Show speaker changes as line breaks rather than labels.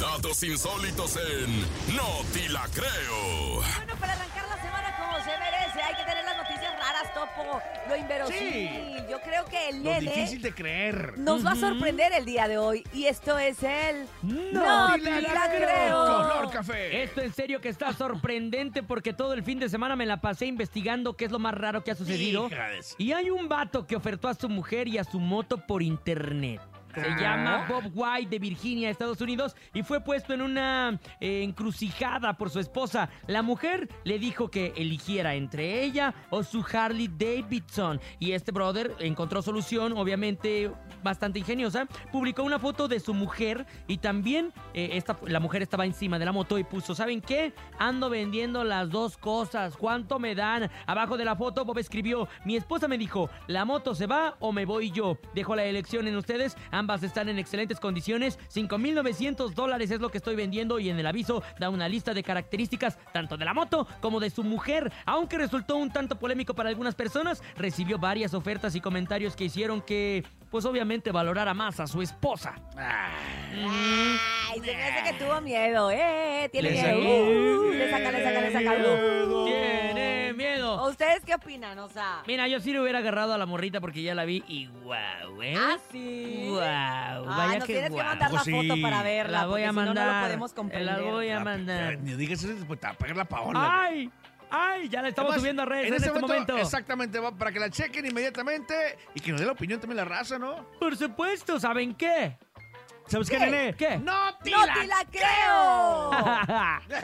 datos insólitos en No Te La Creo.
Bueno, para arrancar la semana como se merece, hay que tener las noticias raras, Topo, lo inverosímil. Yo creo que el
Lo
nene
difícil de creer.
nos va a sorprender el día de hoy. Y esto es el...
No
te
te
la
la
creo.
Color café.
Esto en serio que está sorprendente porque todo el fin de semana me la pasé investigando qué es lo más raro que ha sucedido.
Hija de su-
Y hay un vato que ofertó a su mujer y a su moto por internet. Se llama Bob White de Virginia, Estados Unidos, y fue puesto en una eh, encrucijada por su esposa. La mujer le dijo que eligiera entre ella o su Harley Davidson. Y este brother encontró solución, obviamente bastante ingeniosa. Publicó una foto de su mujer y también eh, esta, la mujer estaba encima de la moto y puso, ¿saben qué? Ando vendiendo las dos cosas. ¿Cuánto me dan? Abajo de la foto Bob escribió, mi esposa me dijo, ¿la moto se va o me voy yo? Dejo la elección en ustedes. Ambas están en excelentes condiciones. 5.900 dólares es lo que estoy vendiendo y en el aviso da una lista de características tanto de la moto como de su mujer. Aunque resultó un tanto polémico para algunas personas, recibió varias ofertas y comentarios que hicieron que, pues obviamente, valorara más a su esposa.
Ay, se me hace que tuvo miedo, ¿eh? Tiene
Le
miedo.
saqué
Uh, le saca, le saca, le saca. Uh.
Tiene miedo.
¿O ¿Ustedes qué opinan? O sea...
Mira, yo sí le hubiera agarrado a la morrita porque ya la vi y guau, ¿eh?
Ah, sí.
Guau,
Ay,
vaya
nos
que
tienes que
guau.
mandar la
Pues
foto
sí.
para verla.
La voy a
porque si no,
mandar.
No, lo podemos comprender.
la voy a mandar.
Ni digas eso, pues te va a pegar la paola.
¡Ay! ¡Ay! Ya la Ah, estamos
Además,
subiendo a redes en, este momento.
Exactamente, va para que la chequen inmediatamente y que nos dé la opinión también la raza, ¿no?
Por supuesto, ¿saben qué? ¿Sabes
¿Qué?
nene? ¿Qué?
¡No,
¡No te la creo!